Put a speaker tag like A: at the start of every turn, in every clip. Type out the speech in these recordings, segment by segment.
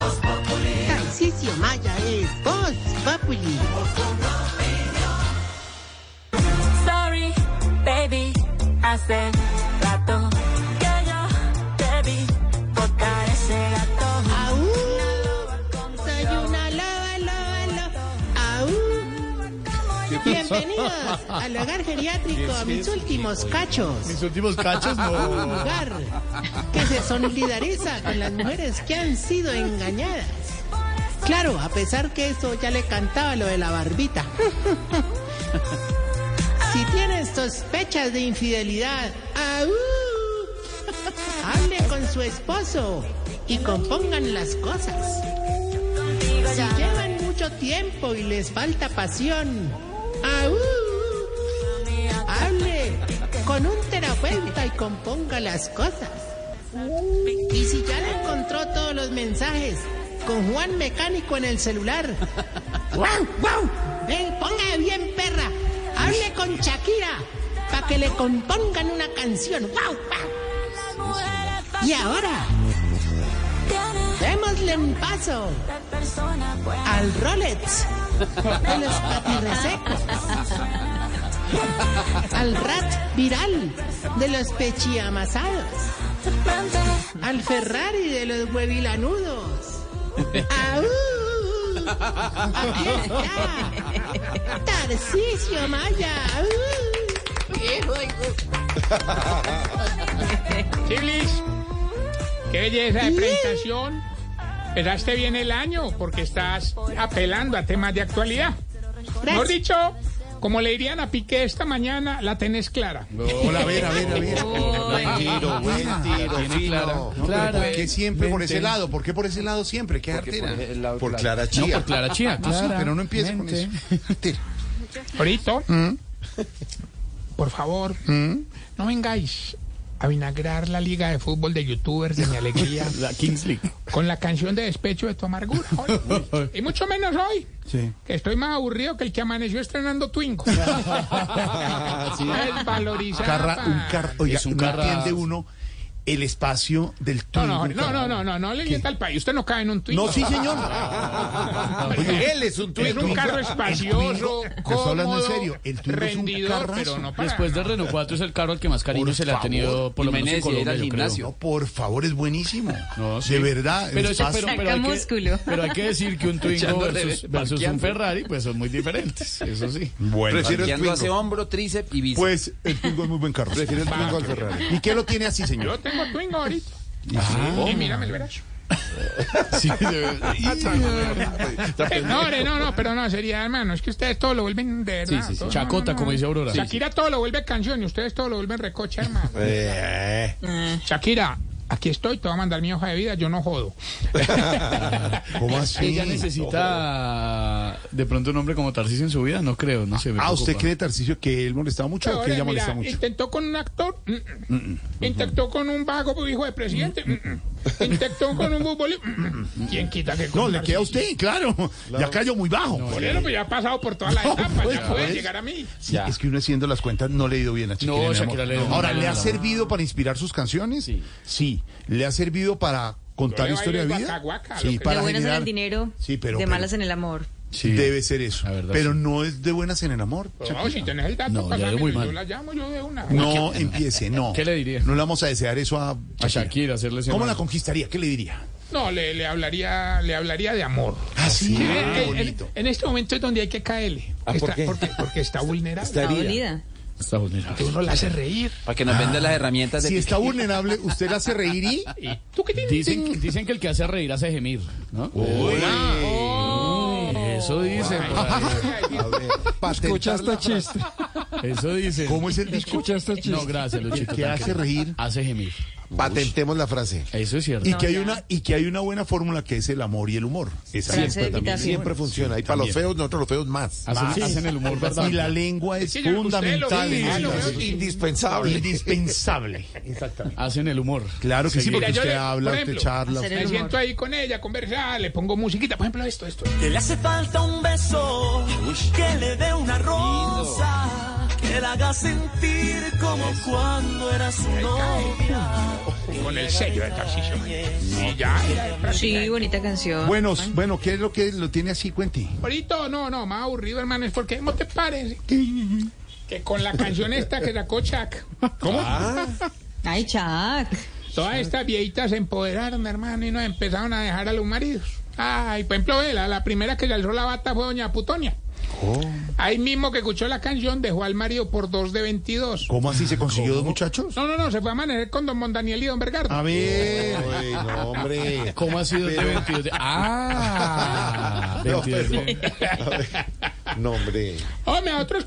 A: Tarcisio Maya es Voz Populi.
B: Sorry, baby, hace rato que yo te vi tocar ese gato.
A: Aú, soy una loba, loba, loba. Aú. Bienvenidos al hogar geriátrico, a mis últimos cachos.
C: Mis últimos cachos
A: Un
C: no.
A: lugar que se solidariza con las mujeres que han sido engañadas. Claro, a pesar que eso ya le cantaba lo de la barbita. Si tienes sospechas de infidelidad, ¡aú! hable con su esposo y compongan las cosas. Si llevan mucho tiempo y les falta pasión, ¡aú! hable con un terapeuta y componga las cosas. Y si ya le encontró todos los mensajes con Juan Mecánico en el celular, ¡guau, guau! Ven, ponga bien perra, hable con Shakira para que le compongan una canción, ¡guau, guau!
B: Mujeres
A: Y ahora,
B: tiene
A: démosle un paso
B: de persona buena.
A: al Rolex de los patirresecos. Al rat viral de los pechiamasados. Al Ferrari de los huevilanudos. ¡Aú! Aquí está. Tarcisio Maya. ¡Aú!
D: Chilis, qué belleza de presentación. Empezaste bien el año porque estás apelando a temas de actualidad. Mejor
A: Gracias.
D: dicho, como le dirían a Piqué esta mañana, la tenés clara.
C: Hola, a ver, a ver, a ver.
E: Buen tiro, buen tiro, fino.
C: No, pero ¿Por qué siempre por ese
F: Mente.
C: lado? ¿Por qué por ese lado siempre? ¿Qué artera?
E: por el lado
C: Por
E: claro.
C: Clara Chía.
F: por Clara Chía,
C: No, sí,
F: claro.
C: pero no empieces con eso.
F: Mente.
C: Artera.
D: Ahorita, por favor, no vengáis a vinagrar la liga de fútbol de youtubers de mi alegría
F: La Kings League.
D: con la canción de despecho de tu amargura. Y mucho menos hoy.
F: Sí.
D: Que estoy más aburrido que el que amaneció estrenando Twingo. Desvalorizada.
C: Carra, un car, oiga,
F: Es un
C: no
F: carra-
C: entiende uno el espacio del
D: No,
C: Twingo.
D: no, no,
C: carra.
D: no, no, no, no le mienta al país. Usted no cae en un Twingo.
C: No, sí, señor.
E: Él es un
D: Es
E: tuit.
D: un carro
C: el
D: espacioso,
C: Twingo- te estoy
D: cómodo,
C: hablando en serio, el Twingo es un
D: rendidor,
C: carrazo.
D: pero no para
F: Después del Renault 4 es el carro al que más cariño
C: Por
F: se le ha
C: favor.
F: tenido, por lo
E: Y
F: menos en
E: Menezes, ir
F: Colombia,
E: al
F: yo creo.
E: gimnasio.
C: No, por favor, es buenísimo.
F: No, sí.
C: De verdad, el
F: Pero, ese-
C: espacio.
F: pero- pero hay
G: Saca
F: que,
G: músculo.
F: pero hay que decir que un Twingo
E: Echándole
F: versus,
E: de-
F: versus un
E: parqueando.
F: Ferrari, pues son muy diferentes, eso sí.
C: Bueno, prefiero el
E: Tanqueando hace
C: Twingo.
E: hombro, tríceps y bíceps.
C: Pues el Twingo es muy buen carro. Prefiero el Twingo al Ferrari. ¿Y qué lo tiene así,
D: Yo
C: señor?
D: tengo Twingo ahorita.
C: Ah.
D: Y mírame el brazo.
F: Sí, de-
D: Eh, No, hombre, no, no, pero no, sería, hermano, es que ustedes todo lo vuelven de verdad. todo, no, no,
F: Chacota,
D: no.
F: como dice Aurora.
D: Shakira todo lo vuelve canción y ustedes todo lo vuelven recocha, hermano.
C: Eh,
D: Shakira, aquí estoy, te voy a mandar mi hoja de vida, yo no jodo.
C: ¿Cómo así?
F: Ella necesita de pronto un hombre como Tarcisio en su vida, no creo, no sé. me
C: Ah, ¿usted
F: preocupa.
C: cree, Tarcicio, que él molestaba mucho o que
D: Ahora,
C: ella
D: mira, este-
C: molesta mucho?
D: Intentó con un actor, mm, mm. intentó con un vago pues, hijo de presidente, mm, mm. intentó con un futbolista. mm, mm. ¿Quién quita que
C: No,
D: con
C: le queda a
D: Narciso?
C: usted, claro. Ya cayó muy bajo. Por
D: Bueno,
C: él.
D: pues ya ha pasado por todas las etapas,
C: pues,
D: ya puede
C: ¿ves?
D: llegar a mí.
C: Sí, es que uno haciendo las cuentas no le ha ido bien a Shakira.
F: No,
C: mi amor.
F: Shakira le ha ido muy
C: Ahora,
F: mal,
C: ¿le ha
F: no, no.
C: servido para inspirar sus canciones? Sí. ¿Le ha servido para contar
D: Yo le
C: historia de
D: bailo
C: vida?
D: guacaguaca, lo
C: Sí,
D: que-
C: para
G: de buenas en
C: generar-
G: el dinero,
C: Sí, pero,
G: de
C: pero
G: malas en el amor.
F: Sí.
C: debe ser eso.
F: La verdad,
C: pero
F: sí.
C: no es de buenas en el amor.
D: Pero vamos, si tenés el dato,
F: No, ya
D: pásamelo,
F: veo muy
D: yo
F: mal.
D: la llamo yo de una.
C: No empiece, no.
F: ¿Qué le diría?
C: No le vamos a desear eso a
F: A
C: Shakira.
F: Shakira, hacerle ese
C: ¿Cómo
F: mal.
C: la conquistaría? ¿Qué le diría?
D: No, le, le hablaría, le hablaría de amor.
C: Así,
D: Eh, eh, en,
C: Ah, bonito.
D: en este momento es donde hay que caerle.
E: Ah, ¿por
D: Está-
E: qué?
D: Porque, porque está vulnerable.
E: Está
G: La
E: herida.
G: dolida.
F: Está vulnerable.
D: Uno la hace reír.
E: Para que nos venda las herramientas de
C: Si está vulnerable, usted la hace reír y...
D: ¿Y tú qué tienes?
F: Dicen, dicen que el que hace reír hace gemir, ¿no? Eso dicen. por ahí.
C: Escucha esta chiste.
F: Eso dicen.
C: ¿Cómo es el disco?
F: No, gracias, Luchito.
C: Que hace
F: tranquilo.
C: reír.
F: Hace gemir.
C: Patentemos la frase.
F: Eso es cierto.
C: Y que hay una y que hay una buena fórmula que es el amor y el humor. Esa
G: Frase de
C: siempre, también, Ah,
G: invitación.
C: siempre funciona. Y para los feos, nosotros los feos más.
F: Hacen,
C: Más.
F: hacen el humor, ¿verdad?
C: Y la lengua es
D: Sí, yo- usted lo
C: fundamental.
D: ve,
C: en
D: ah,
C: esa
D: lo veo
C: frase.
E: Indispensable.
C: Indispensable. Exactamente.
F: Hacen el humor.
C: Claro que sí,
D: Mira,
C: porque
D: yo
C: usted
D: le-
C: habla,
D: por
C: usted
D: ejemplo,
C: charla.
G: hacer
D: Me
G: el humor.
D: siento ahí con ella, a conversar, le pongo musiquita, por ejemplo, esto, esto.
H: Que le hace falta un beso, que le dé una rosa, que la haga sentir como cuando era su novia.
D: Con el sello de Tarcisio. Y ya, ya, práctica.
G: Sí, bonita canción.
C: Buenos, bueno, ¿qué es lo que lo tiene así, Cuenti?
D: Ahorita, no, no, más aburrido, hermano, es porque no te pares. Que con la canción esta que sacó Chuck,
G: Ah. Ay, Chuck.
D: todas estas viejitas se empoderaron, hermano, y nos empezaron a dejar a los maridos. Ay, por ejemplo, ve, la, la primera que le alzó la bata fue Doña Putonia. Ahí mismo que escuchó la canción, dejó al marido por dos de 22.
C: ¿Cómo así se consiguió dos muchachos?
D: No, no, no, se fue a amanecer con Don Mondaniel y Don Bergardo.
C: A ver. no, hombre.
F: ¿Cómo ha sido este 22 de... Ah, 22 de-
C: No, hombre.
D: Hombre, a otros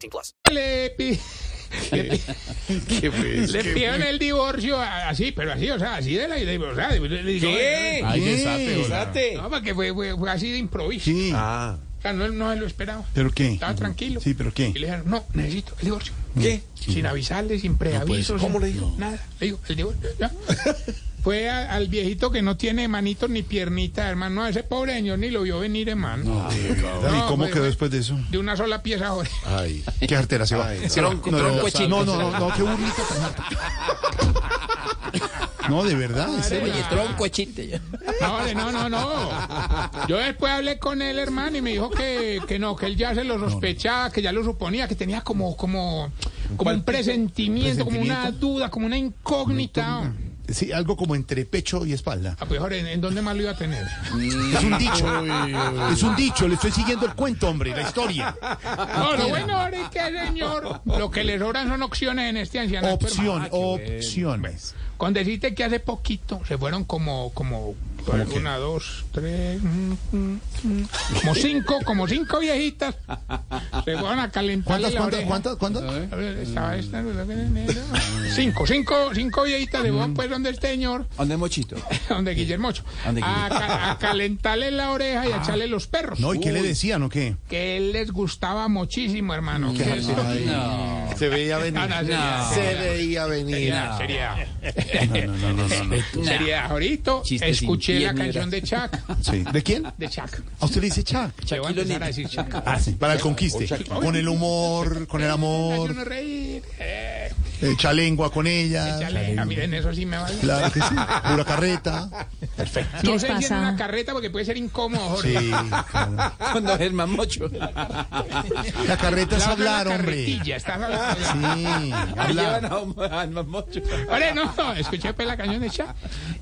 D: le, pi- le pidieron el divorcio a- así, pero así, o sea, así de la de- o sea, de- le digo,
E: ¿Qué?
F: Ay, desate, hola.
D: No, porque fue, fue, fue así de improviso.
C: Sí.
E: Ah,
D: O sea, no, no se lo esperaba.
C: ¿Pero qué?
D: Estaba tranquilo.
C: Sí, ¿pero qué?
D: Y le dijeron, no, necesito el divorcio.
E: ¿Qué?
D: Sin avisarle, sin preaviso.
E: ¿Cómo
D: sin
E: le dijo?
D: Nada. Le digo, el divorcio. ya. Fue a- al viejito que no tiene manitos ni piernita, hermano. No, ese pobre señor ni lo vio venir, hermano.
C: Ah, ¿Y cómo
D: fue-
C: quedó después de eso?
D: De una sola pieza ahora.
C: Ay. Qué artera se va. Se va.
E: Tronco-
C: no, no,
E: tronco
C: no,
E: chico.
C: no, no, no, qué burrito tan harta. No, de verdad. en serio.
E: Oye, tronco de chiste. ya.
D: No, no, no, no. Yo después hablé con él, hermano, y me dijo que, que no, que él ya se lo sospechaba, que ya lo suponía, que tenía como, como, como un presentimiento, como una duda, como una incógnita.
C: Sí, algo como entre pecho y espalda.
D: Ah, pues, ahora, ¿en, en dónde más lo iba a tener?
C: Es un dicho. Es un dicho. Le estoy siguiendo el cuento, hombre, la historia.
D: No, lo bueno ahora es que, señor, lo que le sobran son opciones en este anciano.
C: Opción, opciones.
D: Con decirte que hace poquito se fueron como, como, pues, una, dos, tres, mm, mm, mm, como cinco, como cinco viejitas. Se fueron a calentar.
C: ¿Cuántas, cuántas, cuántas, cuántas?
D: Estaba esta, ¿verdad? Cinco, cinco, cinco viejitas de
C: Mm.
D: Juan, pues donde este señor,
E: ¿Dónde mochito?
D: donde Guillermo Ocho,
E: Donde
D: a,
E: Guillermo.
D: ca- a calentarle la oreja y a echarle los perros.
C: Ah. No, ¿y qué le decían o qué?
D: Que él les gustaba muchísimo, hermano. Que eso-
C: Se veía
D: No, no, sería-
C: Se veía venir.
D: sería- sería-
C: No, no, no, no, no.
D: sería ahorita.
E: Chiste sin
D: Escuché la
E: piedra.
D: canción de Chuck.
C: Sí. ¿De quién?
D: De Chuck.
C: A usted le dice Chuck.
D: Le voy a empezar a decir Chuck.
C: Ah, sí, para el conquiste. Con el humor, con el
D: Ay,
C: amor,
D: uno reír. Eh,
C: echa lengua con ella.
D: échale, ah, miren, eso sí me vale.
C: Claro que sí. Pura carreta.
D: No
G: ¿Qué
D: sé si en
G: pasa?
D: una carreta porque puede ser incómodo, Jorge.
C: Sí, claro.
E: Cuando es el mamocho.
C: La carreta es
D: La otra es la
C: hablar, hombre.
D: carretilla, está hablando.
C: Sí,
E: Llevan
C: hablar.
E: a- al mamocho.
D: Ahora no, escuché pues la canción de Cha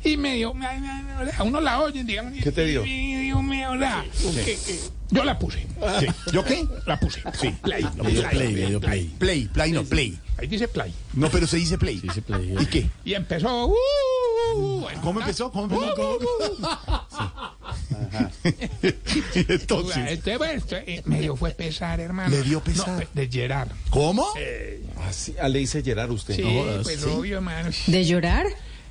D: y me dio, ay, ay, ay, a uno la oyen, digamos. ¿Qué
C: te dio?
D: Dios mío, la- ah, que- que- yo la puse,
C: Sí. ¿Yo qué?
D: la puse. Sí, play, play, play.
C: Ah, Play, play, no, play.
D: Ahí dice play.
C: No, pero se dice play. eh. ¿Y qué?
D: Y empezó. uh, uh, uh,
C: ¿Cómo empezó? ¿Cómo empezó? Sí. Entonces,
D: Este, bueno, este, eh, me dio fue pesar, hermano.
C: Le dio pesar.
D: No, pe- de Gerard.
C: ¿cómo?
D: Eh.
E: Así, ah, le dice Gerard usted. ah,
D: Sí,
C: ah,
D: pues obvio, hermano.
G: ¿De llorar?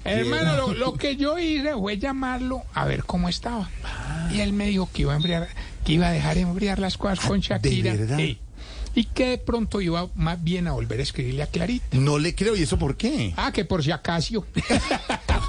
D: Hermano, lo, lo que yo hice fue llamarlo a ver cómo estaba.
C: Ah.
D: Y él me dijo que iba a embriar, que iba a dejar embriar las cosas con Shakira.
C: verdad?
D: Sí. Y que de pronto iba más bien a volver a escribirle a Clarita.
C: No le creo, ¿y eso por qué?
D: Ah, que por si acaso.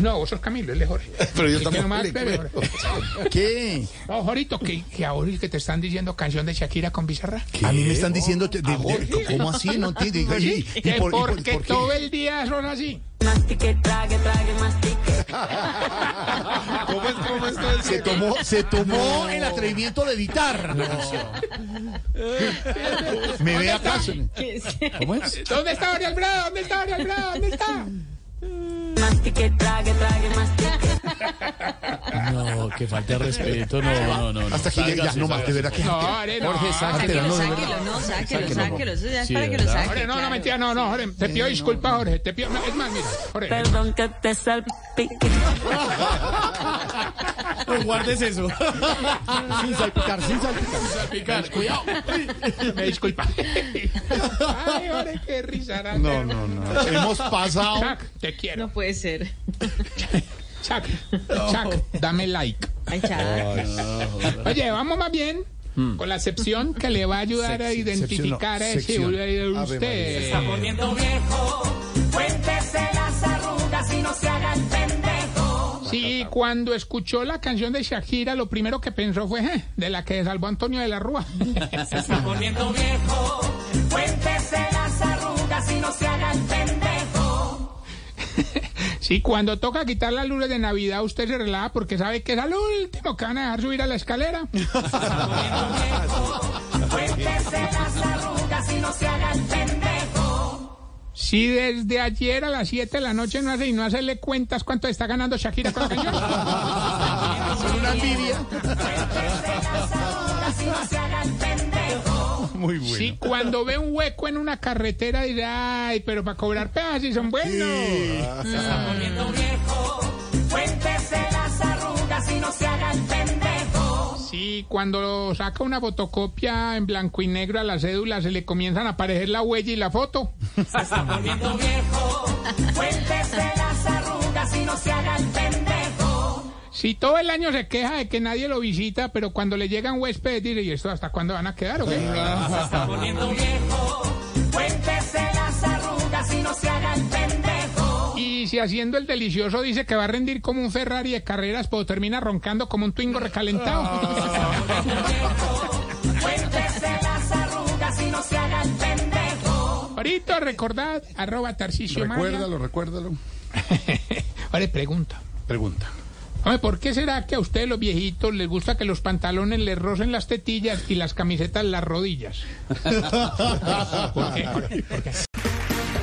D: No, vos sos Camilo, él es Jorge.
E: Pero yo
D: El que
E: tampoco
D: nomás
E: le
D: bebe,
E: creo.
D: Jorge.
C: ¿Qué?
D: No, Jorito, que, que ahora que te están diciendo canción de Shakira con Bizarra.
C: A mí me
D: Oh,
C: están diciendo, de-
D: ah,
C: de- ¿cómo así? No entiendo. Y- y- y
D: Que
C: por- y por-
D: porque
C: ¿por qué?
D: todo el día son así.
B: Mastique, trague, trague, mastique.
E: ¿Cómo es, cómo es todo el
C: Se tomó, se tomó el atrevimiento de editar. Me ve
F: Ah,
C: acá. ¿Cómo es?
D: ¿Dónde está Ariel Bravo? ¿Dónde está Ariel Bravo? ¿Dónde está?
B: Mastique, trague, trague, mastique.
F: No, que falta de respeto. No, no, no. no.
C: Hasta aquí ya,
F: Sálgase,
C: no más, de verdad que.
D: No, Ariel, no.
C: Jorge, sáquelo.
G: Sáquelo,
D: Jorge,
C: no, de verdad.
G: sáquelo, no, sáquelo,
F: Sáquelo, no.
G: sáquelo. Eso ya es
F: Sí,
G: para que lo
F: ¿verdad?
G: saque.
D: no, no,
G: claro.
D: mentira, no, no, Jorge. Te pido disculpas, Jorge. Te pido, no, es más, mira, Jorge.
B: Perdón que te salpique.
F: No guardes eso.
C: Sin salpicar, sin salpicar.
F: Picar, cuidado.
D: Me disculpa. Ay, Jorge, qué risa. grande.
C: No, no, no. Hemos pasado.
D: Chuck, te quiero.
G: No puede ser.
D: Chuck, Chuck, dame like.
G: Ay, Chuck.
D: Oye, vamos más bien
C: Hmm.
D: con la excepción que le va a ayudar a
C: Sección,
D: identificar
C: no,
D: a ese
C: sección. Ave
D: usted.
H: Poniendo viejo, cuéntese las arrugas y no se haga el pendejo.
D: Sí, cuando escuchó la canción de Shakira, lo primero que pensó fue "Eh, de la que salvó Antonio de la Rúa.
H: Poniendo viejo, cuéntese las arrugas y no se haga el pendejo.
D: Sí, cuando toca quitar las luces de Navidad, usted se relaja porque sabe que es al último que van a dejar subir a la escalera.
H: Cuéntese las arrugas y no se haga el pendejo.
D: Si desde ayer a las 7 de la noche no hace y no hacerle cuentas cuánto está ganando Shakira con la canción.
C: Con una envidia.
H: Arrugas y no se haga el pendejo.
C: Muy bueno.
D: Si cuando ve un hueco en una carretera dirá, ay, pero para cobrar peajes sí son buenos. Ah.
H: Poniendo viejo, cuéntese las arrugas y no se haga el pendejo.
D: Sí, cuando saca una fotocopia en blanco y negro a la cédula se le comienzan a aparecer la huella y la foto.
H: Poniendo viejo, cuéntese las arrugas y no se haga el pendejo.
D: Si todo el año se queja de que nadie lo visita, pero cuando le llegan huéspedes dice, ¿y esto hasta cuándo van a quedar o qué?
H: Poniendo viejo, cuéntese las arrugas y no se haga el pendejo.
D: Y si haciendo el delicioso dice que va a rendir como un Ferrari de carreras, pero termina roncando como un Twingo recalentado.
H: Cuéntese las arrugas y no se haga el pendejo.
D: Ahorita recordad, arroba Tarcisio
C: Recuérdalo, recuérdalo.
D: Ahora le pregunto.
C: Pregunta.
D: Hombre, ¿por qué será que a ustedes los viejitos les gusta que los pantalones les rocen las tetillas y las camisetas las rodillas? ¿Por qué? ¿Por qué?